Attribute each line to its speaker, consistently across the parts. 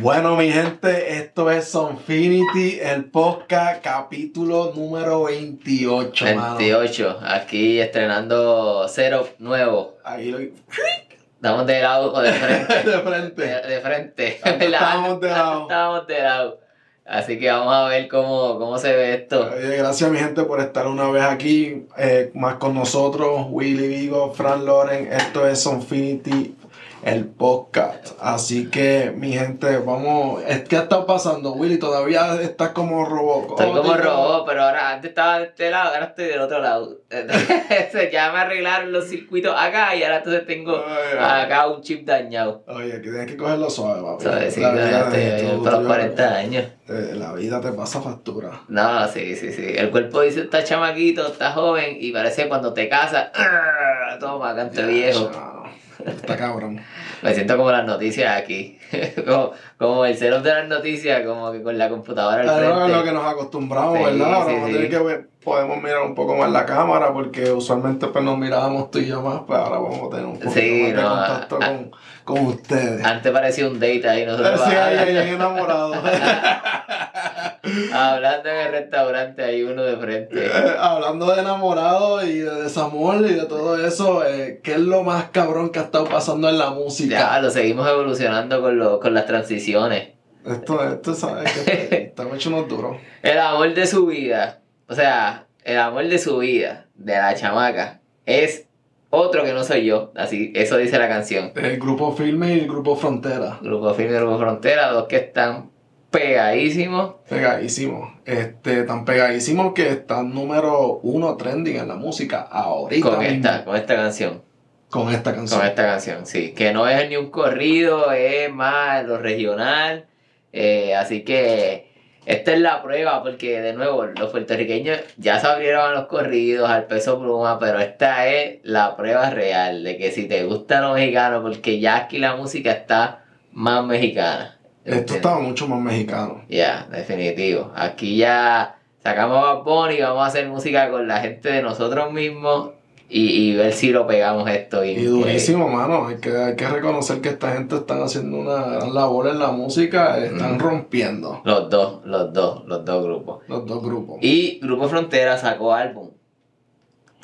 Speaker 1: Bueno, mi gente, esto es Sonfinity, el podcast, capítulo número 28. mano.
Speaker 2: 28, aquí estrenando cero nuevo.
Speaker 1: Ahí lo de
Speaker 2: Estamos de lado o de frente. de,
Speaker 1: frente.
Speaker 2: de frente.
Speaker 1: Antes Estábamos de lado.
Speaker 2: Estábamos de lado. Así que vamos a ver cómo, cómo se ve esto.
Speaker 1: Oye, gracias, mi gente, por estar una vez aquí, eh, más con nosotros, Willy Vigo, Fran Loren. Esto es Sonfinity, el podcast. Así que, mi gente, vamos. es- ¿Qué ha estado pasando, Willy? Todavía estás como robot.
Speaker 2: Estoy como robot, pero ahora antes estaba de este lado, ahora estoy del otro lado. Entonces ya me arreglaron los circuitos acá y ahora entonces tengo
Speaker 1: Oye,
Speaker 2: acá un chip dañado.
Speaker 1: oye, que tienes que cogerlo suave, papi.
Speaker 2: ¿Sabes? Sí,
Speaker 1: La vida
Speaker 2: estoy
Speaker 1: de- tú-
Speaker 2: para
Speaker 1: tú-
Speaker 2: los 40 años.
Speaker 1: Eh, la vida te pasa factura.
Speaker 2: No, sí, sí, sí. El cuerpo dice, está chamaquito, está joven, y parece cuando te casas, ¡ah! toma, canto viejo.
Speaker 1: Ya, Está cabrón.
Speaker 2: Me siento como las noticias aquí. como, como el setup de las noticias, como que con la computadora al
Speaker 1: Claro, es lo
Speaker 2: frente.
Speaker 1: Ah, que nos acostumbramos,
Speaker 2: Sí,
Speaker 1: ¿verdad? Ahora
Speaker 2: sí,
Speaker 1: vamos a
Speaker 2: sí.
Speaker 1: tener que ver- podemos mirar un poco más la cámara porque usualmente pues, nos mirábamos tú y yo más, pues ahora vamos a tener un poquito
Speaker 2: Sí,
Speaker 1: más de
Speaker 2: no,
Speaker 1: contacto
Speaker 2: ah,
Speaker 1: con, con ustedes.
Speaker 2: Antes parecía un date ahí, nosotros
Speaker 1: Sí, ahí, ahí,
Speaker 2: hablando,
Speaker 1: ahí enamorado.
Speaker 2: hablando en el restaurante, ahí uno de frente.
Speaker 1: Eh, Hablando de enamorado y de desamor y de todo eso, eh, ¿qué es lo más cabrón que ha estado pasando en la música?
Speaker 2: Ya, lo seguimos evolucionando con, lo, con las transiciones.
Speaker 1: Esto, esto, ¿sabes? Que estamos hecho unos duros.
Speaker 2: El amor de su vida, o sea, el amor de su vida, de la chamaca, es otro que no soy yo. Así, eso dice la canción.
Speaker 1: El grupo Filme y el grupo Frontera.
Speaker 2: Grupo Firme y Grupo Frontera, dos que están pegadísimos.
Speaker 1: Pegadísimo. Este, tan pegadísimo que está número uno trending en la música ahorita
Speaker 2: Con
Speaker 1: mismo,
Speaker 2: esta, con esta canción,
Speaker 1: con esta
Speaker 2: con
Speaker 1: canción.
Speaker 2: esta canción, sí. Que no es ni un corrido, es más lo regional. eh, así que esta es la prueba, porque de nuevo, los puertorriqueños ya se abrieron a los corridos, al peso pluma, pero esta es la prueba real de que si te gustan los mexicanos, porque ya aquí la música está más mexicana.
Speaker 1: Esto estaba mucho más mexicano.
Speaker 2: Ya, definitivo. Aquí ya sacamos a Bad Bunny y vamos a hacer música con la gente de nosotros mismos y, y ver si lo pegamos esto.
Speaker 1: Y durísimo, mano. Hay que, hay que reconocer que esta gente están haciendo una gran labor en la música. Están
Speaker 2: Mm.
Speaker 1: rompiendo
Speaker 2: Los dos, los dos, los dos grupos.
Speaker 1: los dos grupos.
Speaker 2: Y Grupo Frontera sacó álbum.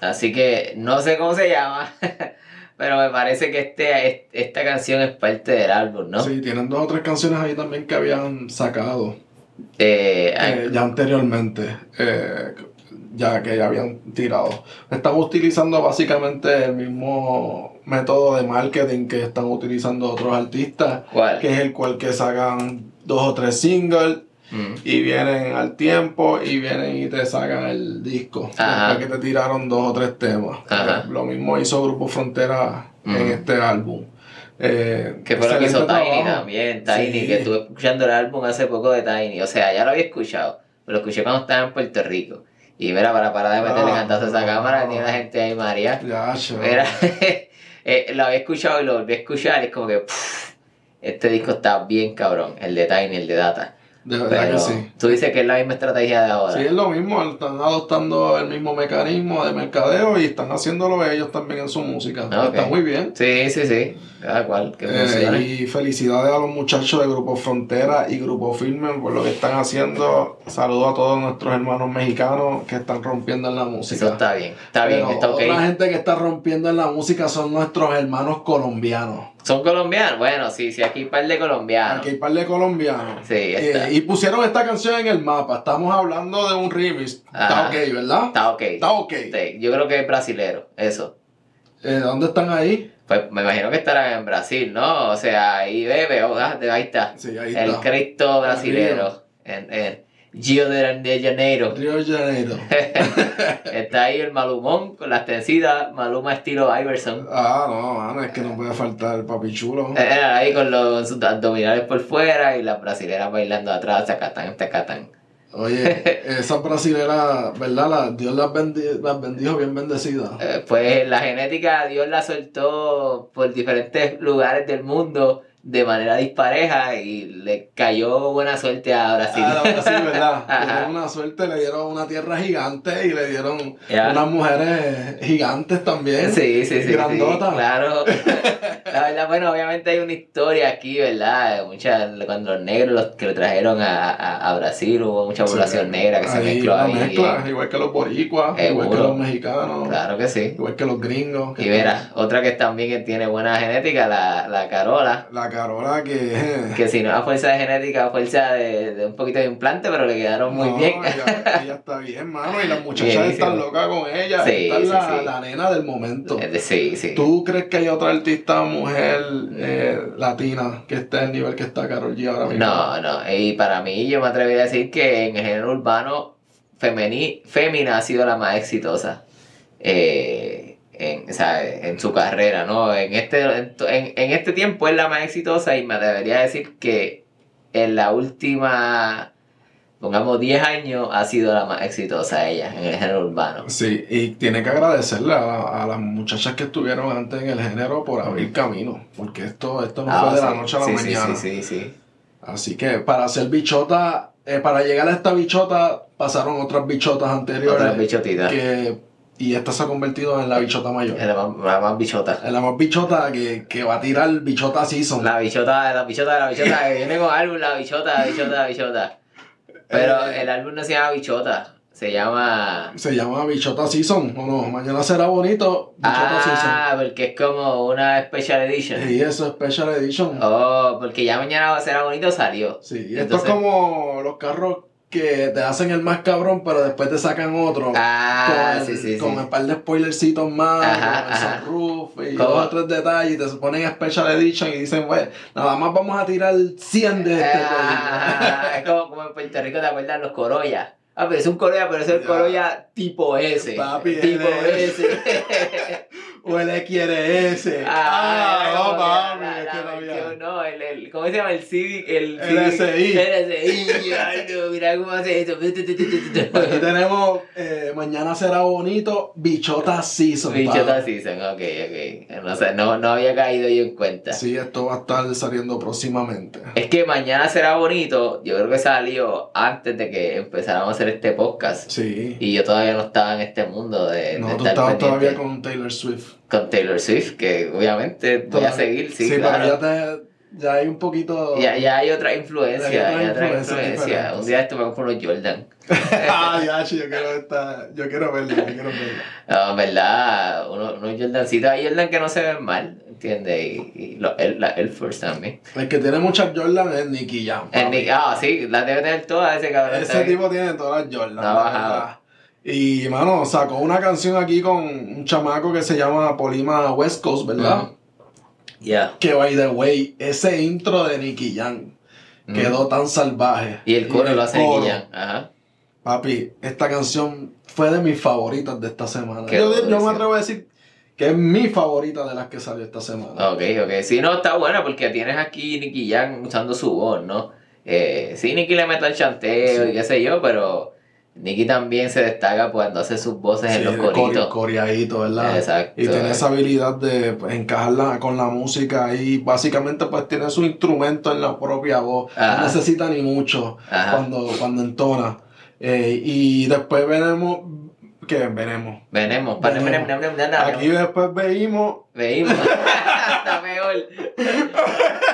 Speaker 2: Así que no sé cómo se llama, pero me parece que este, est- esta canción es parte del álbum, ¿no?
Speaker 1: Sí, tienen dos o tres canciones ahí también que habían sacado
Speaker 2: Eh,
Speaker 1: eh, ya anteriormente. eh, ya que ya habían tirado. Están utilizando básicamente el mismo método de marketing que están utilizando otros artistas.
Speaker 2: ¿Cuál?
Speaker 1: que es el cual que sacan dos o tres singles
Speaker 2: Mm.
Speaker 1: y vienen al tiempo y vienen y te sacan el disco.
Speaker 2: Ajá.
Speaker 1: Después que te tiraron dos o tres temas.
Speaker 2: Ajá.
Speaker 1: Eh, Lo mismo hizo Grupo Frontera en
Speaker 2: Ujú.
Speaker 1: este álbum. Eh,
Speaker 2: Que fue lo que hizo
Speaker 1: excelente
Speaker 2: Tiny
Speaker 1: trabajo.
Speaker 2: también, Tiny,
Speaker 1: Sí.
Speaker 2: que estuve escuchando el álbum hace poco de Tiny. O sea, ya lo había escuchado, pero lo escuché cuando estaba en Puerto Rico. Y mira, para parar de meterle
Speaker 1: Ah, Ah.
Speaker 2: cantazo a esa
Speaker 1: no.
Speaker 2: cámara, tiene la gente ahí María.
Speaker 1: Ya, chévere.
Speaker 2: Mira, eh, lo había escuchado y lo volví a escuchar y es como que pff, este disco está bien cabrón, el de Tiny, el de Data.
Speaker 1: De verdad
Speaker 2: Pero
Speaker 1: que sí.
Speaker 2: tú dices que es la misma estrategia de ahora.
Speaker 1: Sí, es lo mismo, están adoptando el mismo mecanismo de mercadeo y están haciéndolo ellos también en su música.
Speaker 2: Ah, ok.
Speaker 1: Está muy bien.
Speaker 2: sí, sí, sí, Ah, cada cual, que
Speaker 1: Eh,
Speaker 2: funcione.
Speaker 1: y felicidades a los muchachos de Grupo Frontera y Grupo Firme por lo que están haciendo. Saludo a todos nuestros hermanos mexicanos que están rompiendo en la
Speaker 2: Eso
Speaker 1: música.
Speaker 2: está bien, está bien,
Speaker 1: Pero
Speaker 2: está ok.
Speaker 1: Otra gente que está rompiendo en la música son nuestros hermanos colombianos.
Speaker 2: ¿Son colombianos? Bueno, sí, sí, aquí hay un par de colombianos.
Speaker 1: Aquí hay par de colombianos.
Speaker 2: Sí, está.
Speaker 1: Eh, y pusieron esta canción en el mapa. Estamos hablando de un remix. Está
Speaker 2: Ajá.
Speaker 1: ok, ¿verdad?
Speaker 2: Está ok.
Speaker 1: Está ok.
Speaker 2: Sí, Yo creo que es brasilero, eso.
Speaker 1: Eh, ¿Dónde están ahí?
Speaker 2: Pues me imagino que estarán en Brasil, ¿no? O sea, ahí bebe, oh, ah, de- ahí está.
Speaker 1: Sí, ahí
Speaker 2: El
Speaker 1: está.
Speaker 2: Cristo brasilero. En, en Rio de de Janeiro.
Speaker 1: Río de Janeiro.
Speaker 2: está ahí el Malumón con las tencidas, Maluma estilo Iverson.
Speaker 1: Ah, no, mano, es que no puede faltar el papi chulo.
Speaker 2: Eh, eh, Ahí con los sus abdominales por fuera y las brasileras bailando atrás, tacatán, tacatán.
Speaker 1: Oye, esa brasilera, ¿verdad? La- Dios las, bendi- las bendijo bien bendecidas.
Speaker 2: Eh, Pues la genética Dios la soltó por diferentes lugares del mundo. de manera dispareja y le cayó buena suerte a Brasil.
Speaker 1: Ah, ahora sí, ¿verdad?
Speaker 2: Ajá.
Speaker 1: Tuvieron una suerte, le dieron una tierra gigante y le dieron
Speaker 2: Ya.
Speaker 1: unas mujeres gigantes también.
Speaker 2: Sí, sí, sí.
Speaker 1: Grandota.
Speaker 2: sí, claro. La verdad, bueno, obviamente hay una historia aquí, ¿verdad? Mucha, cuando los negros los que lo trajeron a, a, a Brasil hubo mucha
Speaker 1: Sí.
Speaker 2: población negra que se
Speaker 1: Ahí,
Speaker 2: mezcló
Speaker 1: la
Speaker 2: ahí.
Speaker 1: mezcla, igual que los boricuas, igual que
Speaker 2: Seguro.
Speaker 1: los mexicanos,
Speaker 2: Claro que sí.
Speaker 1: igual que los gringos. que
Speaker 2: Y verás, otra que también que tiene buena genética, la, la Carola.
Speaker 1: La Carola que... eh,
Speaker 2: Que si no a fuerza de genética, a fuerza de, de un poquito de implante, pero le quedaron muy
Speaker 1: No,
Speaker 2: bien.
Speaker 1: Ella, ella está bien, mano, y las muchachas
Speaker 2: Bienísimo.
Speaker 1: están locas con ella.
Speaker 2: Sí,
Speaker 1: esta es
Speaker 2: sí,
Speaker 1: la,
Speaker 2: sí.
Speaker 1: la nena del momento.
Speaker 2: Eh, Sí, sí.
Speaker 1: ¿Tú crees que hay otra artista mujer eh, latina que esté al nivel que está Carol G ahora mismo?
Speaker 2: No, no. Y para mí, yo me atrevería a decir que en el género urbano, femení, Femina ha sido la más exitosa. eh, en, o sea, en su carrera, ¿no? En este, en, to- en- en este tiempo es la más exitosa y me atrevería a decir que en la última, pongamos 10 años, ha sido la más exitosa ella en el género urbano.
Speaker 1: Sí, y tiene que agradecerle a, a las muchachas que estuvieron antes en el género por abrir camino, porque esto, esto no fue de la
Speaker 2: Ah, sí.
Speaker 1: noche a la
Speaker 2: Sí, sí,
Speaker 1: mañana.
Speaker 2: sí, sí, sí.
Speaker 1: Así que para ser bichota, eh, para llegar a esta bichota, pasaron otras bichotas anteriores.
Speaker 2: Otra bichotita.
Speaker 1: que, y esta se ha convertido en la bichota mayor.
Speaker 2: Es la más, la más bichota.
Speaker 1: Es la más bichota que, que va a tirar bichota season.
Speaker 2: La bichota, la bichota, la bichota, que viene con álbum, la bichota, la bichota, la bichota. Pero eh,
Speaker 1: Eh,
Speaker 2: el álbum no se llama bichota, se llama...
Speaker 1: Se llama bichota season, ¿o no? Mañana será bonito, bichota
Speaker 2: Ah, porque es como una special
Speaker 1: season.
Speaker 2: edition.
Speaker 1: Y eso es special edition.
Speaker 2: Oh, porque ya mañana va a ser bonito, salió.
Speaker 1: Sí, y esto
Speaker 2: Entonces-
Speaker 1: es como los carros que te hacen el más cabrón, pero después te sacan otro.
Speaker 2: Ah,
Speaker 1: con
Speaker 2: sí,
Speaker 1: el,
Speaker 2: sí, sí.
Speaker 1: con un par de spoilercitos más,
Speaker 2: Ajá,
Speaker 1: con el
Speaker 2: ajá.
Speaker 1: sunroof y
Speaker 2: ¿Cómo?
Speaker 1: dos o tres detalles, y te ponen special edition y dicen, bueno, nada más vamos a tirar 100 de este código".
Speaker 2: Ah, es como, como en Puerto Rico te acuerdas los Corolla. Ah, pero es un Corolla, pero es el
Speaker 1: Ya.
Speaker 2: Corolla tipo S.
Speaker 1: Papi,
Speaker 2: tipo
Speaker 1: él es-
Speaker 2: S.
Speaker 1: O él quiere ese. Ah,
Speaker 2: era
Speaker 1: no,
Speaker 2: como
Speaker 1: papi,
Speaker 2: que la-
Speaker 1: es
Speaker 2: la
Speaker 1: que no había-
Speaker 2: versión, no, el, el, ¿cómo se llama? El Civic, el,
Speaker 1: El
Speaker 2: Civic-
Speaker 1: SI.
Speaker 2: El SI, ay, no, mira cómo hace eso.
Speaker 1: Aquí tenemos eh, Mañana será bonito, Bichota Season. papi.
Speaker 2: Bichota Season, ok, ok. No, sé, no, no había caído yo en cuenta.
Speaker 1: Sí, esto va a estar saliendo próximamente.
Speaker 2: Es que mañana será bonito. Yo creo que salió antes de que empezáramos a hacer este podcast.
Speaker 1: Sí.
Speaker 2: Y yo todavía no estaba en este mundo de, de
Speaker 1: no, tú
Speaker 2: estar
Speaker 1: estabas
Speaker 2: pendiente
Speaker 1: todavía con Taylor Swift.
Speaker 2: con Taylor Swift, que obviamente voy a
Speaker 1: Todavía-
Speaker 2: seguir, sí,
Speaker 1: pero
Speaker 2: claro.
Speaker 1: ya, te, ya hay un poquito.
Speaker 2: Ya, ya hay otra influencia,
Speaker 1: Ya hay otra
Speaker 2: ya hay otra
Speaker 1: influencia
Speaker 2: influencia.
Speaker 1: diferente.
Speaker 2: Un día estuve con los Jordan.
Speaker 1: ah, ya, sí, yo quiero esta, yo quiero verla, yo quiero verla.
Speaker 2: No, en verdad, unos, unos Jordancitos. Hay Jordan que no se ven mal, ¿entiendes? Y, y lo- el, la Air Force también.
Speaker 1: El que tiene muchas Jordan es Nicky Jam.
Speaker 2: El
Speaker 1: papi.
Speaker 2: Nick- ah, sí, las debe tener todas ese cabrón.
Speaker 1: Ese
Speaker 2: también.
Speaker 1: tipo tiene todas las Jordan.
Speaker 2: No ha
Speaker 1: la
Speaker 2: bajado.
Speaker 1: verdad. Y, mano, sacó una canción aquí con un chamaco que se llama Polima West Coast, ¿verdad?
Speaker 2: Ujú. Ya.
Speaker 1: Que, by the way, ese intro de Nicky Jam quedó tan salvaje.
Speaker 2: Mm. Y el coro lo hace
Speaker 1: coro.
Speaker 2: Guillán. Ajá.
Speaker 1: Papi, esta canción fue de mis favoritas de esta semana.
Speaker 2: Qué
Speaker 1: Yo, yo me
Speaker 2: delicia.
Speaker 1: atrevo a decir que es mi favorita de las que salió esta semana.
Speaker 2: Ok, ok. Sí, no, está buena porque tienes aquí Nicky Jam usando su voz, ¿no? Eh, sí, Nicky le mete el chanteo
Speaker 1: Sí.
Speaker 2: y qué sé yo, pero Nicky también se destaca cuando hace sus voces
Speaker 1: Sí,
Speaker 2: en los
Speaker 1: el core-
Speaker 2: coritos.
Speaker 1: coreadito, ¿verdad?
Speaker 2: Exacto.
Speaker 1: Y tiene esa habilidad de pues, encajarla con la música y básicamente pues tiene su instrumento en la propia voz.
Speaker 2: Ajá.
Speaker 1: No necesita ni mucho
Speaker 2: Ajá.
Speaker 1: cuando, cuando entona. Eh, y después veremos que veremos.
Speaker 2: Venemos, para-
Speaker 1: Venemos.
Speaker 2: venem- venem- venem-
Speaker 1: Aquí después veímos,
Speaker 2: Veímos. Está peor.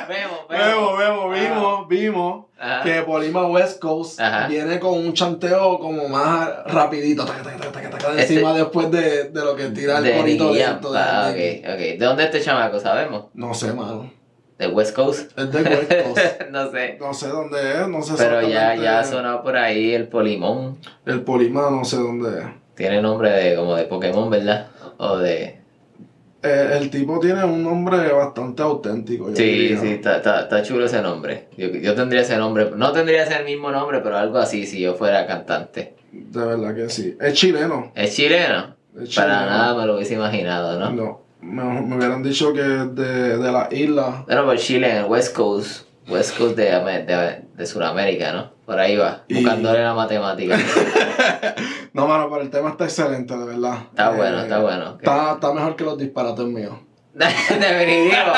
Speaker 2: Vemos,
Speaker 1: vemos,
Speaker 2: Ah. vemos.
Speaker 1: vemos,
Speaker 2: Ajá.
Speaker 1: vimos, vimos
Speaker 2: Ajá.
Speaker 1: que Polima West Coast
Speaker 2: Ajá.
Speaker 1: viene con un chanteo como más rapidito, taca, taca, taca, taca, taca,
Speaker 2: Este-
Speaker 1: encima después de, de lo que tira el
Speaker 2: De
Speaker 1: corito
Speaker 2: Nicky Jam.
Speaker 1: lento. de-
Speaker 2: Ah, ok,
Speaker 1: de-
Speaker 2: ok. ¿De dónde es este chamaco? ¿Sabemos?
Speaker 1: No sé, mano.
Speaker 2: ¿De West Coast?
Speaker 1: Es de West Coast.
Speaker 2: no sé.
Speaker 1: No sé dónde es, no sé
Speaker 2: Pero ya,
Speaker 1: exactamente.
Speaker 2: ya ha sonado por ahí el Polimón.
Speaker 1: El Polima, no sé dónde es.
Speaker 2: Tiene nombre de como de Pokémon, ¿verdad? O de.
Speaker 1: Eh, el tipo tiene un nombre bastante auténtico. yo
Speaker 2: Sí,
Speaker 1: diría.
Speaker 2: sí, está, está, está chulo ese nombre. Yo, yo tendría ese nombre. No tendría ese mismo nombre, pero algo así si yo fuera cantante.
Speaker 1: De verdad que sí. Es chileno.
Speaker 2: ¿Es chileno?
Speaker 1: Es chileno.
Speaker 2: Para nada me lo hubiese imaginado, ¿no?
Speaker 1: No. Me, me hubieran dicho que es de, de la isla.
Speaker 2: Bueno, por Chile, en el West Coast. West Coast de, Amer- de, de Sudamérica, ¿no? Por ahí va.
Speaker 1: Y-
Speaker 2: Buscándole la matemática.
Speaker 1: No, mano, pero el tema está excelente, de verdad.
Speaker 2: Está
Speaker 1: Eh,
Speaker 2: bueno, está bueno.
Speaker 1: Está, está mejor que los disparates míos.
Speaker 2: definitivo,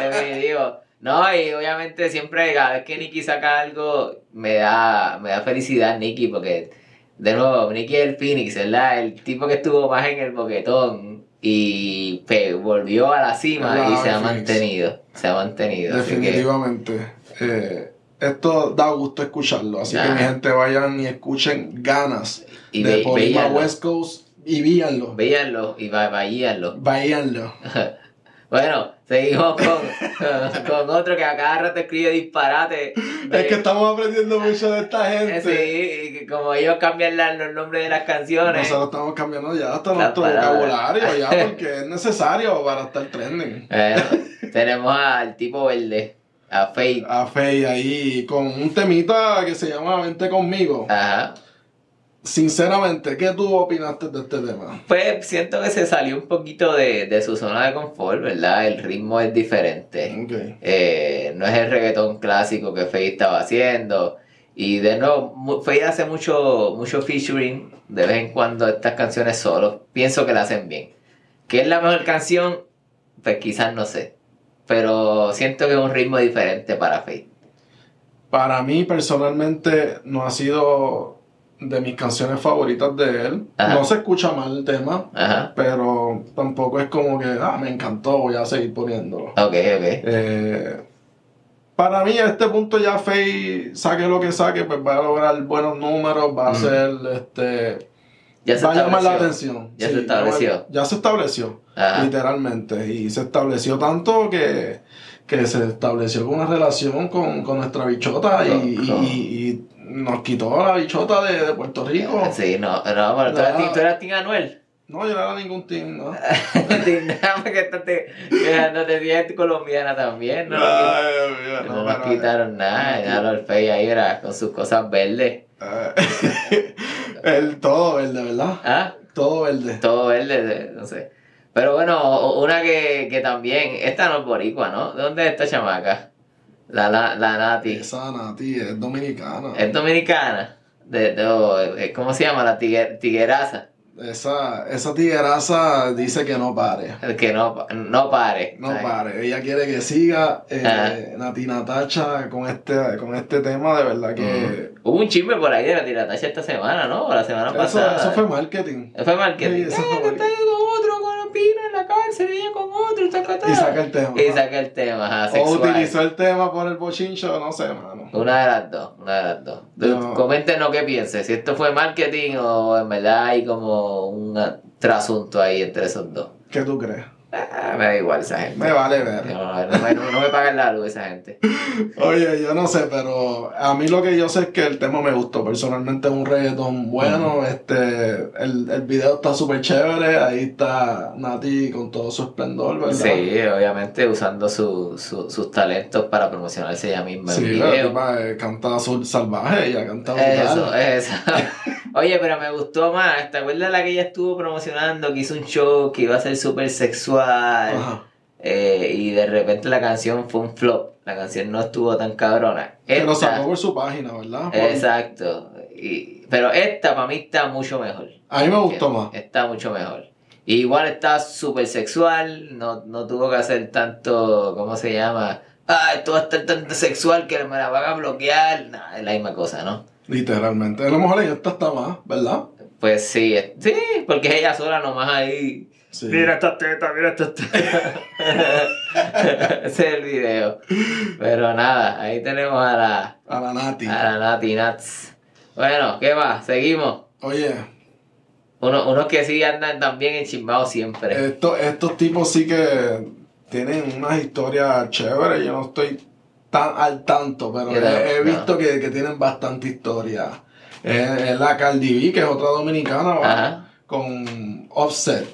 Speaker 2: definitivo. No, y obviamente siempre, cada vez que Nicky saca algo, me da, me da felicidad Nicky, porque de nuevo, Nicky es el Phoenix, ¿verdad? El tipo que estuvo más en el boquetón y pe- volvió a la cima
Speaker 1: Es la
Speaker 2: y se ha
Speaker 1: Phoenix.
Speaker 2: mantenido. Se ha mantenido. así que-
Speaker 1: Definitivamente. Eh, esto da gusto escucharlo. Así que
Speaker 2: Ajá.
Speaker 1: mi gente vayan y escuchen ganas
Speaker 2: y
Speaker 1: de
Speaker 2: ve,
Speaker 1: Polima
Speaker 2: veíanlo,
Speaker 1: West Coast y víanlo.
Speaker 2: veíanlo y va- vaíanlo.
Speaker 1: Vayanlo.
Speaker 2: Bueno, seguimos con, con otro que a cada rato escribe disparate.
Speaker 1: Es que estamos aprendiendo mucho de esta
Speaker 2: Eh,
Speaker 1: gente.
Speaker 2: Sí, y como ellos cambian la- los nombres de las canciones.
Speaker 1: Nosotros estamos cambiando ya hasta
Speaker 2: Las
Speaker 1: nuestro
Speaker 2: palabras.
Speaker 1: vocabulario, ya porque es necesario para estar trending.
Speaker 2: Bueno, tenemos al tipo verde, a Fate.
Speaker 1: A Fey ahí con un temita que se llama Vente conmigo.
Speaker 2: Ajá.
Speaker 1: Sinceramente, ¿qué tú opinaste de este tema?
Speaker 2: Pues siento que se salió un poquito de, de su zona de confort, ¿verdad? El ritmo es diferente.
Speaker 1: Ok.
Speaker 2: Eh, no es el reggaetón clásico que Fade estaba haciendo. Y de nuevo, mu- Fade hace mucho, mucho featuring de vez en cuando estas canciones solo. Pienso que la hacen bien. ¿Qué es la mejor canción? Pues quizás no sé. Pero siento que es un ritmo diferente para Fade.
Speaker 1: Para mí, personalmente, no ha sido de mis canciones favoritas de él.
Speaker 2: Ajá.
Speaker 1: No se escucha mal el tema,
Speaker 2: Ajá.
Speaker 1: pero tampoco es como que, ah, me encantó, voy a seguir poniéndolo.
Speaker 2: Ok, ok.
Speaker 1: Eh, para mí, a este punto ya Fey, saque lo que saque, pues va a lograr buenos números, va a
Speaker 2: Mm.
Speaker 1: ser, este,
Speaker 2: Ya se
Speaker 1: va a llamar la
Speaker 2: estableció.
Speaker 1: atención.
Speaker 2: Ya se estableció.
Speaker 1: Ya se estableció,
Speaker 2: Ajá.
Speaker 1: literalmente. Y se estableció tanto que, que se estableció una relación con, con nuestra bichota y,
Speaker 2: Con- con-
Speaker 1: y- y nos quitó la bichota de, de Puerto Rico.
Speaker 2: Sí, no, no, bueno, tú
Speaker 1: No.
Speaker 2: eras, team- tú eras Team Anuel.
Speaker 1: No, yo no era ningún team, ¿no?
Speaker 2: Team Dama, que esto te, que no te tienes colombiana también, ¿no? Que-
Speaker 1: Ay, Dios mío,
Speaker 2: que
Speaker 1: no,
Speaker 2: no nos
Speaker 1: pero-
Speaker 2: quitaron nada,
Speaker 1: no,
Speaker 2: ya lo el fey ahí era con sus cosas verdes.
Speaker 1: Eh, el todo verde, ¿verdad?
Speaker 2: Ah,
Speaker 1: Todo verde.
Speaker 2: todo verde, eh, no sé. Pero bueno, o- una que, que también, esta no es boricua, ¿no? ¿De dónde es esta chamaca? La, la, la Nati.
Speaker 1: Esa Nati es dominicana.
Speaker 2: Es dominicana. De, de- o- eh, ¿Cómo se llama? La tigue- tigueraza.
Speaker 1: Esa, esa tigraza dice que no pare.
Speaker 2: El que no, pa- no pare.
Speaker 1: No
Speaker 2: ¿sabes?
Speaker 1: pare. Ella quiere que siga eh,
Speaker 2: Ajá.
Speaker 1: Nati Natacha con este, con este tema, de verdad que.
Speaker 2: Mm. Hubo un chisme por ahí de la tiratacha esta semana, ¿no? O la semana
Speaker 1: Eso,
Speaker 2: pasada.
Speaker 1: eso fue marketing.
Speaker 2: Fue marketing.
Speaker 1: Sí, eso fue
Speaker 2: Eh, que
Speaker 1: marketing.
Speaker 2: está con otro, con la pina en la cárcel, ella con otro, está
Speaker 1: Y saca el tema.
Speaker 2: Y saca el tema, ajá,
Speaker 1: o
Speaker 2: sexual.
Speaker 1: utilizó el tema por el bochincho, no sé, mano.
Speaker 2: Una de las dos, una de las dos. Du-
Speaker 1: No.
Speaker 2: Coméntenos qué piensen, si esto fue marketing o en verdad hay como un a- trasunto ahí entre esos dos.
Speaker 1: ¿Qué tú crees?
Speaker 2: Ah, me da igual esa gente.
Speaker 1: Me vale ver.
Speaker 2: No, no me- no me pagan la luz esa gente.
Speaker 1: Oye, yo no sé, pero a mí lo que yo sé es que el tema me gustó. Personalmente es un reggaetón bueno. este, el, el video está súper chévere. Ahí está Nati con todo su esplendor, ¿verdad?
Speaker 2: Sí, obviamente usando su- su- sus talentos para promocionarse ella misma en
Speaker 1: Sí, la
Speaker 2: video.
Speaker 1: tipa, eh, canta azul salvaje, ella canta
Speaker 2: Es Eso,
Speaker 1: brutal.
Speaker 2: es eso. Oye, pero me gustó más. ¿Te acuerdas la que ella estuvo promocionando? Que hizo un show que iba a ser súper sexual.
Speaker 1: Ajá.
Speaker 2: eh, y de repente la canción fue un flop. La canción no estuvo tan cabrona.
Speaker 1: Que lo
Speaker 2: Esta-
Speaker 1: sacó pues. por su página, ¿verdad? Por-
Speaker 2: exacto. Y- pero esta para mí está mucho mejor.
Speaker 1: A mí me gustó más.
Speaker 2: Está mucho mejor. Y igual está súper sexual. No, no tuvo que hacer tanto. ¿Cómo se llama? Ah, esto va a estar tan sexual que me la van a bloquear. Nah, es la misma cosa, ¿no?
Speaker 1: Literalmente. A lo mejor ella esta está más, ¿verdad?
Speaker 2: Pues sí, es- sí, porque es ella sola nomás ahí.
Speaker 1: Sí.
Speaker 2: estas tetas, mira estas tetas. Ese es el video. Pero nada, ahí tenemos a la,
Speaker 1: A la Nati.
Speaker 2: a la Nati Nats. Bueno, ¿qué más? Seguimos.
Speaker 1: Oye,
Speaker 2: Uno- unos que sí andan también enchimbados siempre.
Speaker 1: esto- estos tipos sí que tienen unas historias chéveres. Yo no estoy tan al tanto, pero
Speaker 2: Yo
Speaker 1: he, he
Speaker 2: no, no.
Speaker 1: visto que, que tienen bastante historia. Es, es la Cardi B, que es otra dominicana, ¿va?
Speaker 2: Ajá.
Speaker 1: con Offset.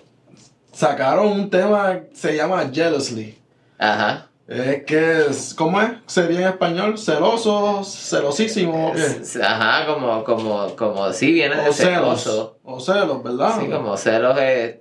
Speaker 1: Sacaron un tema, se llama Jealously.
Speaker 2: Ajá.
Speaker 1: Es Eh, que, es, ¿cómo es? Sería en español, celoso, celosísimo. ¿o qué?
Speaker 2: S- Ajá, como, como, como sí viene de
Speaker 1: O celos. Ah.
Speaker 2: celoso.
Speaker 1: O celos, ¿verdad?
Speaker 2: Sí, como celos es.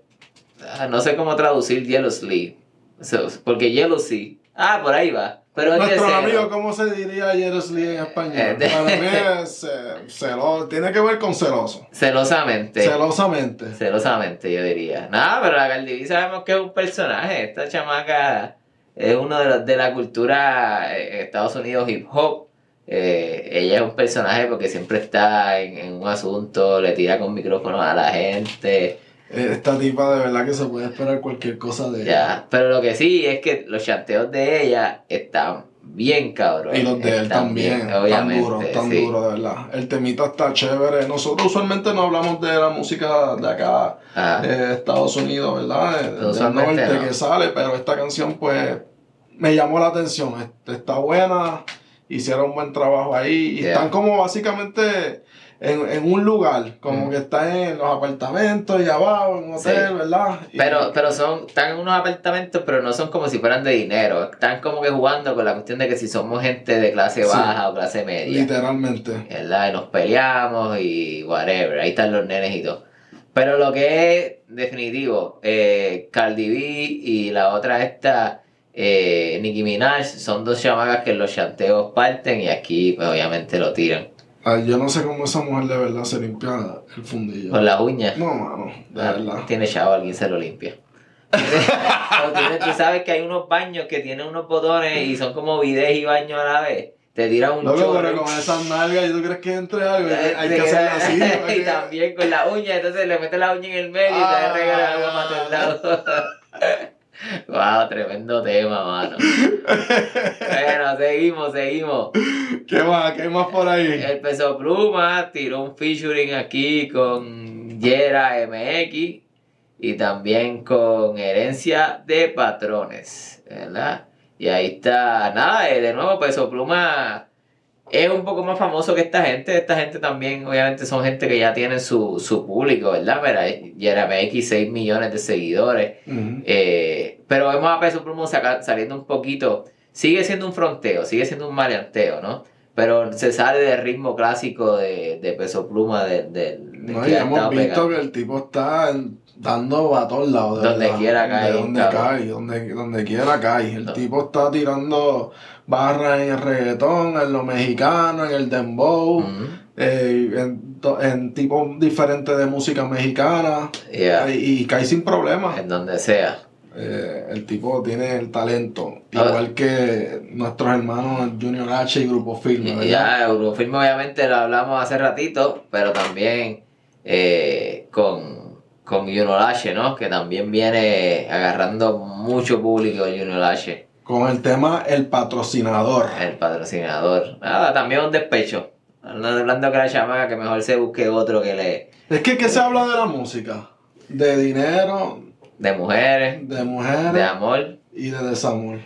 Speaker 2: ah, No sé cómo traducir jealously. So- Porque jealousy. Ah, por ahí va. Pero es que
Speaker 1: Nuestro
Speaker 2: celo.
Speaker 1: amigo, ¿cómo se diría jealously en
Speaker 2: Eh,
Speaker 1: español?
Speaker 2: de-
Speaker 1: Para mí es eh, celo- tiene que ver con celoso.
Speaker 2: Celosamente.
Speaker 1: Celosamente.
Speaker 2: Celosamente, yo diría. Nada, pero la Cardi B sabemos que es un personaje. Esta chamaca es uno de los de la cultura eh, Estados Unidos hip hop. Eh, ella es un personaje porque siempre está en, en un asunto, le tira con micrófono a la gente.
Speaker 1: Eh, Esta tipa de verdad que se puede esperar cualquier cosa de ella.
Speaker 2: Ya, pero lo que sí es que los chanteos de ella están bien cabrón.
Speaker 1: Y los de él
Speaker 2: Están
Speaker 1: también,
Speaker 2: bien,
Speaker 1: tan
Speaker 2: obviamente.
Speaker 1: duro, tan
Speaker 2: sí.
Speaker 1: duro, de verdad. El temita está chévere. Nosotros usualmente no hablamos de la música de acá,
Speaker 2: Ajá.
Speaker 1: de Estados Unidos, ¿verdad? De-
Speaker 2: Pero
Speaker 1: del
Speaker 2: usualmente
Speaker 1: norte
Speaker 2: no.
Speaker 1: que sale, pero esta canción, pues, me llamó la atención. Est- Está buena, hicieron un buen trabajo ahí. Y
Speaker 2: Yeah.
Speaker 1: están como básicamente en, en un lugar, como
Speaker 2: Mm.
Speaker 1: que están en los apartamentos y abajo, en un hotel,
Speaker 2: Sí.
Speaker 1: ¿verdad? Y-
Speaker 2: Pero, pero son, están en unos apartamentos, pero no son como si fueran de dinero. Están como que jugando con la cuestión de que si somos gente de clase
Speaker 1: Sí.
Speaker 2: baja o clase media,
Speaker 1: literalmente.
Speaker 2: ¿verdad? Y nos peleamos y whatever. Ahí están los nenes y todo. Pero lo que es definitivo, eh, Cardi B y la otra esta, eh, Nicki Minaj, son dos chamacas que en los chanteos parten y aquí pues obviamente lo tiran.
Speaker 1: Ay, Ah, yo no sé cómo esa mujer de verdad se limpia el fundillo.
Speaker 2: Con las uñas.
Speaker 1: No, mano, de verdad.
Speaker 2: Tiene chavo, alguien se lo limpia. O tiene- tú sabes que hay unos baños que tienen unos botones y son como bidés y baños a la vez. Te tira un
Speaker 1: Loco,
Speaker 2: chorro.
Speaker 1: pero con esas nalgas, ¿y tú crees que entre algo? Hay, hay
Speaker 2: Te
Speaker 1: que
Speaker 2: queda-
Speaker 1: hacerlo así. ¿no?
Speaker 2: y
Speaker 1: Hay que-
Speaker 2: también con la uña, entonces le metes la uña en el medio y te
Speaker 1: Ah.
Speaker 2: regala agua para todos lados. wow, tremendo tema, mano. bueno, seguimos, seguimos.
Speaker 1: ¿Qué más? ¿Qué más por ahí?
Speaker 2: El peso pluma tiró un featuring aquí con Yera MX y también con herencia de patrones, ¿verdad? Y ahí está, nada, eh, de nuevo peso pluma es un poco más famoso que esta gente, esta gente también obviamente son gente que ya tienen su, su público, ¿verdad? Mira, Yera MX 6 millones de seguidores.
Speaker 1: Ujú.
Speaker 2: Eh, pero vemos a Peso Pluma saca- saliendo un poquito. Sigue siendo un fronteo, sigue siendo un maleanteo, ¿no? Pero se sale del ritmo clásico de, de Peso Pluma de, de- de
Speaker 1: No,
Speaker 2: que
Speaker 1: y
Speaker 2: ha estado
Speaker 1: hemos visto
Speaker 2: pegando.
Speaker 1: que el tipo está en- dando a todos lados. de
Speaker 2: Donde
Speaker 1: verdad.
Speaker 2: quiera cae,
Speaker 1: De donde
Speaker 2: cabrón.
Speaker 1: cae, donde, donde quiera cae. El
Speaker 2: No.
Speaker 1: tipo está tirando barras en el reggaetón, en lo mexicano, en el dembow,
Speaker 2: Ujú,
Speaker 1: eh, en, to- en tipos diferentes de música mexicana. eh,
Speaker 2: yeah,
Speaker 1: Y, y cae sin problemas.
Speaker 2: En donde sea.
Speaker 1: Eh, el tipo tiene el talento,
Speaker 2: Ah.
Speaker 1: igual que nuestros hermanos Junior H y Grupo Firme,
Speaker 2: Y-
Speaker 1: ¿verdad?
Speaker 2: y ya, Eurofilm obviamente lo hablamos hace ratito, pero también eh, con, con Junior H, ¿no? Que también viene agarrando mucho público Junior H,
Speaker 1: Con el tema El Patrocinador.
Speaker 2: el patrocinador. Nada, también un despecho. Hablando hablando que la chamaca que mejor se busque otro que le...
Speaker 1: Es que, ¿qué se habla de la música? De dinero,
Speaker 2: De mujeres,
Speaker 1: de
Speaker 2: de
Speaker 1: mujeres
Speaker 2: amor,
Speaker 1: y de desamor.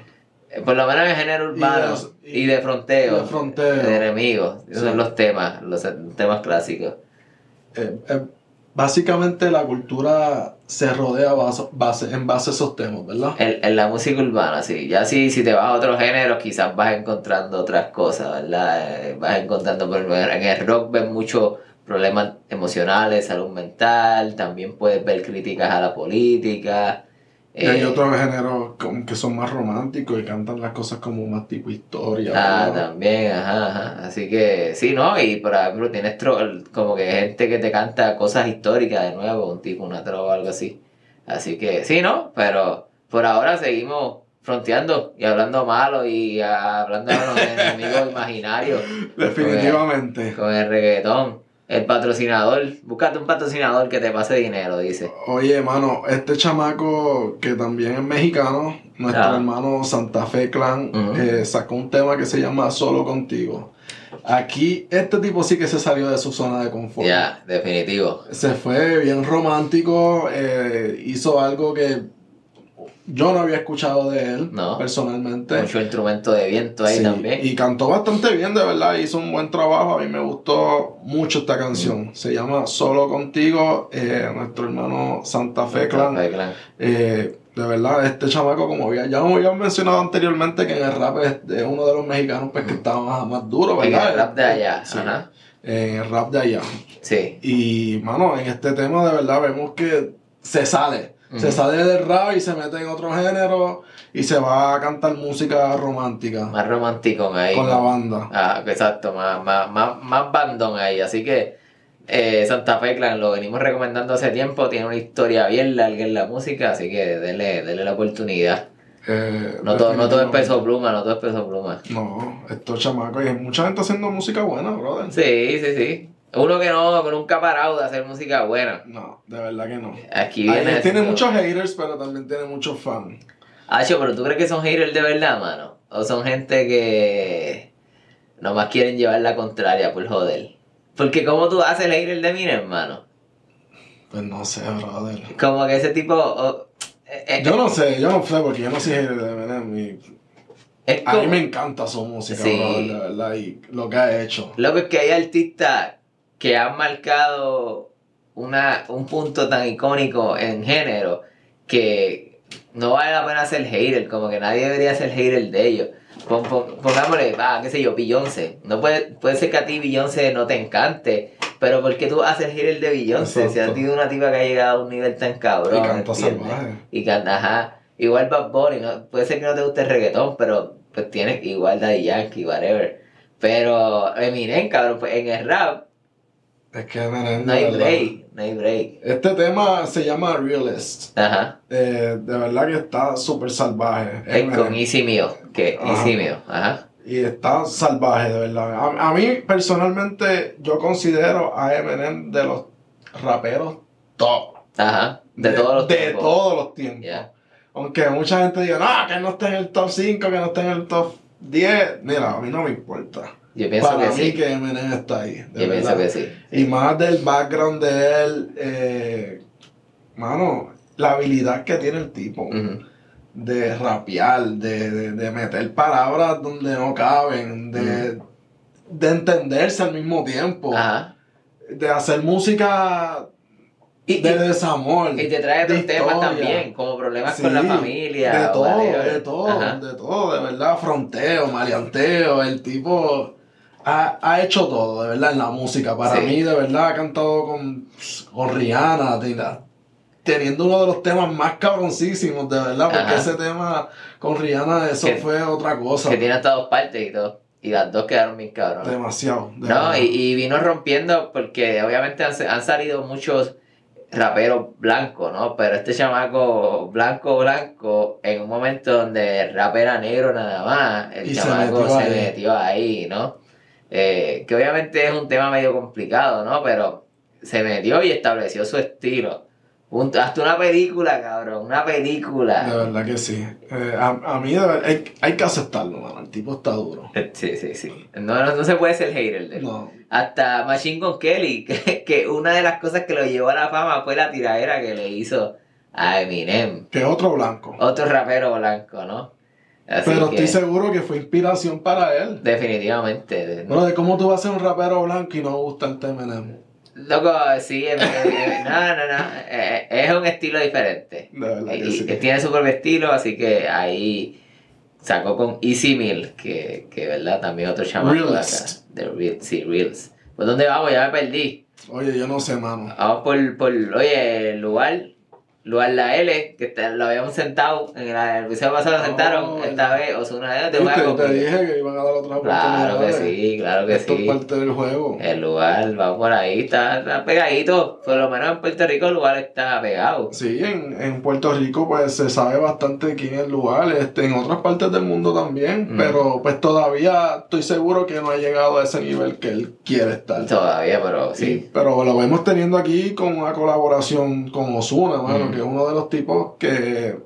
Speaker 2: eh, por lo menos en género
Speaker 1: Y
Speaker 2: urbano
Speaker 1: de-
Speaker 2: y, de fronteo.
Speaker 1: de fronteo.
Speaker 2: de enemigos. Esos
Speaker 1: Sí.
Speaker 2: son los temas, los temas clásicos.
Speaker 1: Eh, eh, básicamente la cultura se rodea baso- base- en base a esos temas, ¿verdad?
Speaker 2: En, en la música urbana, sí. Ya sí, si te vas a otros géneros, quizás vas encontrando otras cosas, ¿verdad? Eh, Vas encontrando, por ejemplo, en el rock ves muchos problemas emocionales, salud mental, también puedes ver críticas a la política.
Speaker 1: Y hay
Speaker 2: eh,
Speaker 1: otros géneros como que son más románticos y cantan las cosas como más tipo historia.
Speaker 2: Ah,
Speaker 1: ¿verdad?
Speaker 2: también, ajá, ajá. Así que, sí, ¿no? Y por ejemplo, tienes tro- como que gente que te canta cosas históricas de nuevo, un tipo, una trova o algo así. Así que, sí, ¿no? Pero por ahora seguimos fronteando y hablando malo y ah, hablando de los enemigos imaginarios
Speaker 1: Definitivamente.
Speaker 2: con el reggaetón. El patrocinador, búscate un patrocinador que te pase dinero, dice.
Speaker 1: Oye, hermano, este chamaco que también es mexicano, nuestro
Speaker 2: Ah.
Speaker 1: hermano Santa Fe Clan,
Speaker 2: Ujú.
Speaker 1: eh, sacó un tema que se llama Solo Contigo. Aquí, este tipo sí que se salió de su zona de confort.
Speaker 2: Ya, definitivo.
Speaker 1: Se fue bien romántico, eh, hizo algo que yo no había escuchado de él
Speaker 2: No.
Speaker 1: personalmente.
Speaker 2: Mucho instrumento de viento ahí
Speaker 1: Sí,
Speaker 2: también.
Speaker 1: Y cantó bastante bien, de verdad, hizo un buen trabajo. A mí me gustó mucho esta
Speaker 2: Mm.
Speaker 1: canción. Se llama Solo Contigo, eh, nuestro hermano Santa Fe Clan.
Speaker 2: Santa Fe Clan.
Speaker 1: Eh, de verdad, este chamaco, como había, ya lo habíamos mencionado anteriormente, que en el rap es, es uno de los mexicanos pues, que estaba más, más duro,
Speaker 2: En
Speaker 1: ¿verdad?
Speaker 2: el rap de allá.
Speaker 1: Sí,
Speaker 2: Ajá.
Speaker 1: En el rap de allá.
Speaker 2: Sí.
Speaker 1: Y, mano, en este tema de verdad vemos que se sale. Se
Speaker 2: Ujú.
Speaker 1: sale del rap y se mete en otro género y se va a cantar música romántica
Speaker 2: Más romántico ahí.
Speaker 1: con la banda.
Speaker 2: Ah, exacto, más, más, más, más bandón ahí. Así que eh, Santa Fe Clan lo venimos recomendando hace tiempo. Tiene una historia bien larga en la música, así que denle, denle la oportunidad.
Speaker 1: Eh,
Speaker 2: No todo, no todo es
Speaker 1: definitivamente.
Speaker 2: peso pluma, no todo es peso pluma.
Speaker 1: No, estos chamacos. Y hay mucha gente haciendo música buena, brother.
Speaker 2: Sí, sí, sí. Uno que no, que nunca ha parado de hacer música buena.
Speaker 1: No, de verdad que no.
Speaker 2: Aquí
Speaker 1: Ahí
Speaker 2: viene.
Speaker 1: tiene
Speaker 2: esto.
Speaker 1: muchos haters, pero también tiene muchos fans.
Speaker 2: Acho, pero ¿tú crees que son haters de verdad, mano? ¿O son gente que nomás quieren llevar la contraria por joder? Porque ¿cómo tú haces el hater de Miner, hermano?
Speaker 1: Pues no sé, brother.
Speaker 2: Como que ese tipo... oh, eh, eh,
Speaker 1: Yo no sé, yo no sé, porque yo no soy hater de Eminem. y
Speaker 2: es
Speaker 1: A mí
Speaker 2: eh, como-
Speaker 1: me encanta su música,
Speaker 2: Sí.
Speaker 1: brother, de verdad, y lo que ha hecho.
Speaker 2: Loco, es que hay artistas que han marcado una, un punto tan icónico en género que no vale la pena ser hater, como que nadie debería ser hater de ellos. Pon- pon- pongámosle, va, qué sé yo, Beyoncé. No puede, puede ser que a ti Beyoncé no te encante, pero ¿por qué tú vas a ser hater de Beyoncé? Si
Speaker 1: Exacto.
Speaker 2: ha sido una tipa que ha llegado a un nivel tan cabrón.
Speaker 1: y canta
Speaker 2: ¿entiendes?
Speaker 1: salvaje.
Speaker 2: Y canta, ajá. Igual Bad Bunny, ¿no? puede ser que no te guste el reggaetón, pero pues tienes igual Daddy Yankee, whatever. Pero Eminem, cabrón, pues en el rap
Speaker 1: Es que Eminem,
Speaker 2: no
Speaker 1: de
Speaker 2: hay
Speaker 1: verdad.
Speaker 2: break, no hay break.
Speaker 1: Este tema se llama Realist.
Speaker 2: Ajá.
Speaker 1: Eh, de verdad que está súper salvaje.
Speaker 2: Es
Speaker 1: Eminem.
Speaker 2: con Easy Mío, que
Speaker 1: Ajá.
Speaker 2: Easy Mío, ajá.
Speaker 1: Y está salvaje, de verdad. A, a mí, personalmente, yo considero a Eminem de los raperos top.
Speaker 2: Ajá. De, todos los
Speaker 1: De
Speaker 2: tiempos.
Speaker 1: todos los tiempos.
Speaker 2: Ya.
Speaker 1: Aunque mucha gente diga, no, que no esté en el top 5, que no esté en el top 10. Mira, a mí no me importa.
Speaker 2: Yo pienso
Speaker 1: Para mí
Speaker 2: que sí.
Speaker 1: que Eminem está ahí. De
Speaker 2: Yo pienso
Speaker 1: verdad.
Speaker 2: que sí.
Speaker 1: Y más del background de él, eh, mano, la habilidad que tiene el tipo
Speaker 2: Ujú.
Speaker 1: de rapear, de, de, de meter palabras donde no caben, de,
Speaker 2: Mm.
Speaker 1: de entenderse al mismo tiempo,
Speaker 2: Ajá.
Speaker 1: de hacer música
Speaker 2: Y, y-
Speaker 1: de desamor.
Speaker 2: y te trae otros
Speaker 1: de
Speaker 2: temas
Speaker 1: historia.
Speaker 2: también, como problemas
Speaker 1: Sí,
Speaker 2: con la familia.
Speaker 1: de todo,
Speaker 2: whatever.
Speaker 1: de todo,
Speaker 2: Ajá.
Speaker 1: de todo, de verdad, fronteo, maleanteo, el tipo ha, ha hecho todo, de verdad, en la música. Para
Speaker 2: Sí.
Speaker 1: mí, de verdad, ha cantado con, con Rihanna, tira, teniendo uno de los temas más cabroncísimos, de verdad, porque
Speaker 2: Ajá.
Speaker 1: ese tema con Rihanna, eso
Speaker 2: Que-
Speaker 1: fue otra cosa.
Speaker 2: Que tiene hasta dos partes y todo. Y las dos quedaron bien cabronas.
Speaker 1: Demasiado. de
Speaker 2: No,
Speaker 1: verdad.
Speaker 2: y, y vino rompiendo porque obviamente han, han salido muchos raperos blancos, ¿no? Pero este chamaco blanco, blanco, en un momento donde el rap era negro nada más, el
Speaker 1: Y se
Speaker 2: chamaco
Speaker 1: metió
Speaker 2: se
Speaker 1: ahí.
Speaker 2: metió ahí, ¿no? Eh, que obviamente es un tema medio complicado, ¿no? Pero se metió y estableció su estilo. Punto. Hasta una película, cabrón, una
Speaker 1: De
Speaker 2: película.
Speaker 1: verdad que sí. Eh, a, a mí, de verdad, hay, hay que aceptarlo, mano. El tipo está duro.
Speaker 2: Eh, Sí, sí, sí. No, no, no se puede ser hater de él.
Speaker 1: No,
Speaker 2: Hasta Machine Gun Kelly, que, que una de las cosas que lo llevó a la fama fue la tiradera que le hizo a Eminem,
Speaker 1: que es otro blanco.
Speaker 2: otro rapero blanco, ¿no? Así
Speaker 1: Pero
Speaker 2: que,
Speaker 1: estoy seguro que fue inspiración para él.
Speaker 2: definitivamente. de-
Speaker 1: Bueno, de cómo tú vas a ser un rapero blanco y no gustarte Eminem.
Speaker 2: Loco, sí, em- em- em- no, no, no, eh, es un estilo diferente.
Speaker 1: De verdad que
Speaker 2: Y-
Speaker 1: sí.
Speaker 2: y tiene su propio estilo, así que ahí sacó con Easy Mill, que, que verdad, también otro chamaco de acá.
Speaker 1: Realist.
Speaker 2: De Real, sí, Reels. ¿Por dónde vamos? Ya me perdí.
Speaker 1: Oye, yo no sé, mano.
Speaker 2: Vamos por, por oye, el lugar, lugar la L, que está- lo habíamos sentado, en la- el episodio pasado lo
Speaker 1: Oh,
Speaker 2: sentaron,
Speaker 1: el-
Speaker 2: esta vez Osuna L te voy a
Speaker 1: Viste, te
Speaker 2: copiar.
Speaker 1: dije que iban a dar otra oportunidad.
Speaker 2: Claro que sí, claro que
Speaker 1: Esto es
Speaker 2: sí. Eh.
Speaker 1: parte del juego.
Speaker 2: El lugar, vamos por ahí, está, está pegadito, por lo menos en Puerto Rico el lugar está pegado.
Speaker 1: Sí, en, en Puerto Rico pues se sabe bastante quién es el lugar, este, en otras partes del mundo también,
Speaker 2: Mm.
Speaker 1: pero pues todavía estoy seguro que no ha llegado a ese nivel que él quiere estar.
Speaker 2: Todavía, pero
Speaker 1: Sí,
Speaker 2: sí.
Speaker 1: pero lo vemos teniendo aquí con una colaboración con Osuna,
Speaker 2: Mm.
Speaker 1: que es uno de los tipos que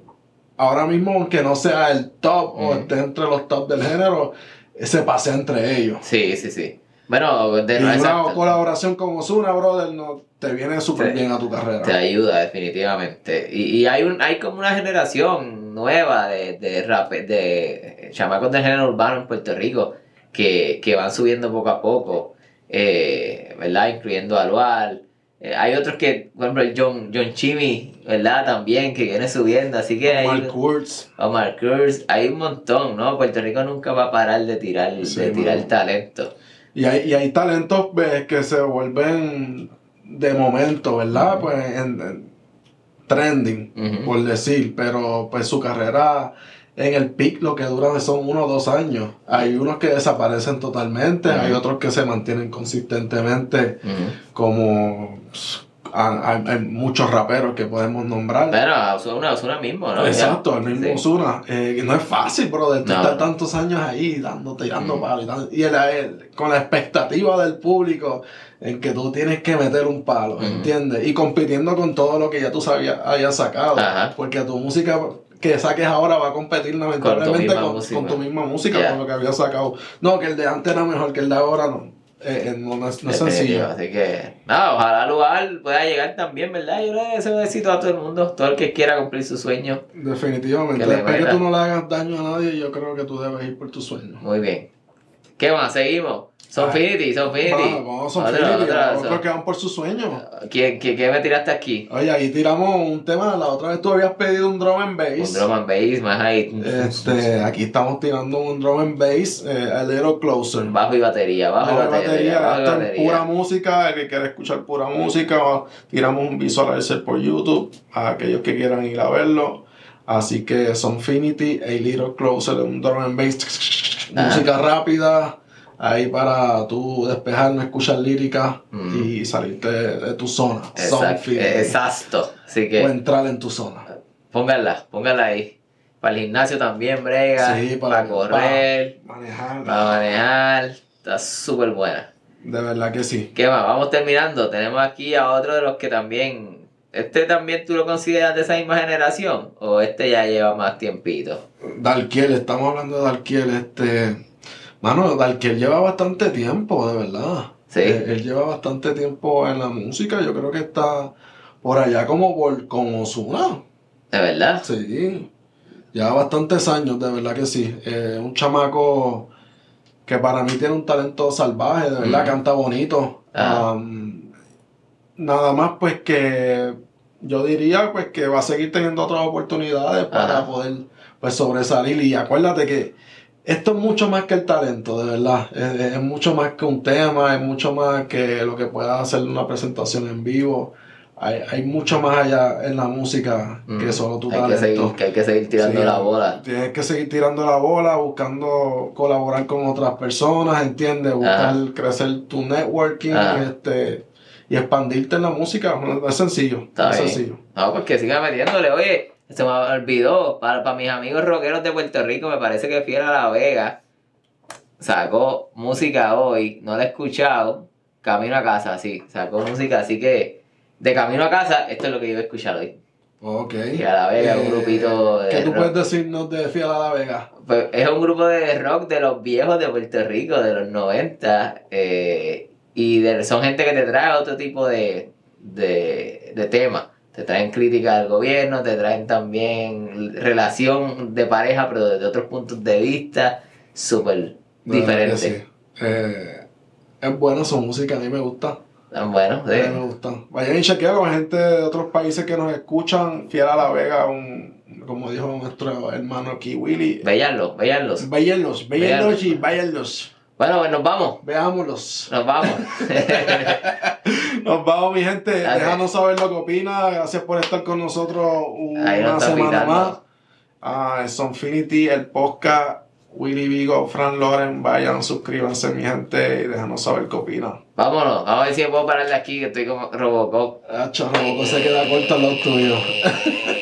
Speaker 1: ahora mismo, aunque no sea el top o
Speaker 2: Mm.
Speaker 1: esté entre los top del género, eh, se pasea entre ellos.
Speaker 2: Sí, sí, sí. Bueno, de
Speaker 1: y
Speaker 2: no
Speaker 1: una
Speaker 2: exacto.
Speaker 1: colaboración con Osuna, brother, no, te viene súper
Speaker 2: Sí.
Speaker 1: bien a tu carrera.
Speaker 2: Te ayuda definitivamente. Y, y hay un, hay como una generación nueva de, de rap, de chamacos de género urbano en Puerto Rico que, que van subiendo poco a poco, eh, ¿verdad? Incluyendo a Lual. Eh, hay otros que, por ejemplo, el John, John Chimmy, ¿verdad? También, que viene subiendo. Así que hay,
Speaker 1: Mark Kurtz,
Speaker 2: Omar Cruz, hay un montón, ¿no? Puerto Rico nunca va a parar de tirar,
Speaker 1: Sí,
Speaker 2: de tirar
Speaker 1: mano.
Speaker 2: talento.
Speaker 1: Y hay, y hay talentos pues, que se vuelven de momento, ¿verdad? Pues en, en trending,
Speaker 2: Ujú.
Speaker 1: por decir, pero pues su carrera en el pic lo que duran son uno o dos años. Hay unos que desaparecen totalmente,
Speaker 2: Ujú.
Speaker 1: hay otros que se mantienen consistentemente
Speaker 2: Ujú.
Speaker 1: como pues, a- a- hay muchos raperos que podemos nombrar.
Speaker 2: Bueno, a Ozuna, Ozuna mismo, ¿no?
Speaker 1: Exacto, el mismo
Speaker 2: Sí.
Speaker 1: Ozuna. Eh, que no es fácil, brother. Tú
Speaker 2: No.
Speaker 1: estás tantos años ahí dando, tirando
Speaker 2: Mm.
Speaker 1: palos. Y, tan- y el- el- con la expectativa del público en que tú tienes que meter un palo,
Speaker 2: Mm.
Speaker 1: ¿entiendes? Y compitiendo con todo lo que ya tú sabías, habías sacado.
Speaker 2: Ajá.
Speaker 1: Porque tu música que saques ahora va a competir lamentablemente
Speaker 2: misma
Speaker 1: con,
Speaker 2: música.
Speaker 1: con tu misma música,
Speaker 2: Yeah.
Speaker 1: con lo que habías sacado. No, que el de antes era mejor que el de ahora, no. Eh, eh, no, no es, no es
Speaker 2: Definitivo,
Speaker 1: sencillo.
Speaker 2: Así que, nada, ojalá lugar pueda llegar también, ¿verdad? Yo le deseo éxito a todo el mundo, todo el que quiera cumplir su sueño.
Speaker 1: Definitivamente.
Speaker 2: Que le
Speaker 1: Después que
Speaker 2: meta.
Speaker 1: tú no le hagas daño a nadie, yo creo que tú debes ir por tus sueños.
Speaker 2: Muy bien. ¿Qué más? Seguimos. Sonfinity, Sonfinity.
Speaker 1: Ah. Vamos, son
Speaker 2: Otra,
Speaker 1: Philly,
Speaker 2: otra,
Speaker 1: los otros
Speaker 2: son-
Speaker 1: que van por sus sueños.
Speaker 2: ¿Quién- quién, quién me tiraste aquí?
Speaker 1: Oye, ahí tiramos un tema. La otra vez tú habías pedido un drum and bass.
Speaker 2: Un drum and bass, más ahí.
Speaker 1: Este, aquí estamos tirando un drum and bass, eh, a little closer.
Speaker 2: Bajo y batería, bajo y
Speaker 1: Ahora
Speaker 2: batería, bajo y
Speaker 1: esto es
Speaker 2: batería.
Speaker 1: pura música. El que quiera escuchar pura música, va- tiramos un visualizer por YouTube a aquellos que quieran ir a verlo. Así que Sonfinity, A Little Closer, un drum and bass,
Speaker 2: Ah.
Speaker 1: música rápida, ahí para tú despejar, no escuchar lírica
Speaker 2: Mm.
Speaker 1: y salirte de, de tu zona.
Speaker 2: Exacto,
Speaker 1: Sonfinity.
Speaker 2: exacto. Así que
Speaker 1: O entrar en tu zona.
Speaker 2: pónganla, pónganla ahí. Para el gimnasio también, brega.
Speaker 1: Sí, para-
Speaker 2: para, correr,
Speaker 1: Manejar.
Speaker 2: para manejar. Está súper buena.
Speaker 1: De verdad que sí.
Speaker 2: ¿Qué más? Vamos terminando. Tenemos aquí a otro de los que también. ¿Este también tú lo consideras de esa misma generación? ¿O este ya lleva más tiempito?
Speaker 1: Dalquiel, estamos hablando de Dalquiel, este. Mano, Dalquiel lleva bastante tiempo, de verdad. Eh,
Speaker 2: Sí.
Speaker 1: Él, él lleva bastante tiempo en la música, yo creo que está por allá como por con Ozuna.
Speaker 2: ¿De verdad?
Speaker 1: Sí. Lleva bastantes años, de verdad que sí. Eh, un chamaco que para mí tiene un talento salvaje, de verdad,
Speaker 2: Mm.
Speaker 1: canta bonito.
Speaker 2: Ah.
Speaker 1: Am, nada más pues que yo diría pues que va a seguir teniendo otras oportunidades para
Speaker 2: Ajá.
Speaker 1: poder pues sobresalir. Y acuérdate que esto es mucho más que el talento, de verdad. Es, es mucho más que un tema, es mucho más que lo que pueda hacer una presentación en vivo. Hay, hay mucho más allá en la música
Speaker 2: Mm.
Speaker 1: que solo tu
Speaker 2: hay que, seguir,
Speaker 1: talento.
Speaker 2: que hay que seguir tirando
Speaker 1: Sí.
Speaker 2: la bola.
Speaker 1: Tienes que seguir tirando la bola, buscando colaborar con otras personas, ¿entiendes? Buscar
Speaker 2: Ah.
Speaker 1: crecer tu networking
Speaker 2: Ajá.
Speaker 1: este, y expandirte en la música. No Es sencillo,
Speaker 2: Está
Speaker 1: es
Speaker 2: bien.
Speaker 1: sencillo.
Speaker 2: No, pues que siga metiéndole. Oye, se me olvidó. Para, para mis amigos rockeros de Puerto Rico, me parece que Fiera La Vega sacó música hoy. No la he escuchado. Camino a casa, sí. Sacó música, así que de camino a casa, esto es lo que yo voy a escuchar hoy.
Speaker 1: Ok. Eh,
Speaker 2: Fiel a la Vega, un grupito de
Speaker 1: ¿Qué tú
Speaker 2: rock.
Speaker 1: puedes decirnos de Fiel a la Vega?
Speaker 2: Pues es un grupo de rock de los viejos de Puerto Rico, de los 90. eh, y de- son gente que te trae otro tipo de, de, de temas. Te traen crítica al gobierno, te traen también relación de pareja, pero desde otros puntos de vista súper
Speaker 1: De verdad que
Speaker 2: diferentes.
Speaker 1: sí. Eh, es buena su música, a mí me gusta.
Speaker 2: Tan Ah, bueno, sí.
Speaker 1: A mí me gusta. Vayan y chequear con gente de otros países que nos escuchan. Fiel a la Vega, un, como dijo nuestro hermano aquí, Willy.
Speaker 2: Véanlo, véanlos.
Speaker 1: Véyanlos, véyanlos
Speaker 2: Véanlos.
Speaker 1: y váyanlos.
Speaker 2: Bueno, pues nos vamos,
Speaker 1: Veámoslos.
Speaker 2: nos vamos.
Speaker 1: Nos vamos, mi gente.
Speaker 2: Dale.
Speaker 1: Déjanos saber lo que opina. Gracias por estar con nosotros
Speaker 2: Ahí nos
Speaker 1: una
Speaker 2: están
Speaker 1: semana
Speaker 2: pitando.
Speaker 1: más. Ah, Sonfinity, el podcast, Willy Vigo, Fran Loren. Vayan, suscríbanse, mi gente, y déjanos saber qué opinan.
Speaker 2: Vámonos, vamos a ver si puedo parar de aquí, que estoy como Robocop.
Speaker 1: Ah, chorro, se queda corto los tuyos.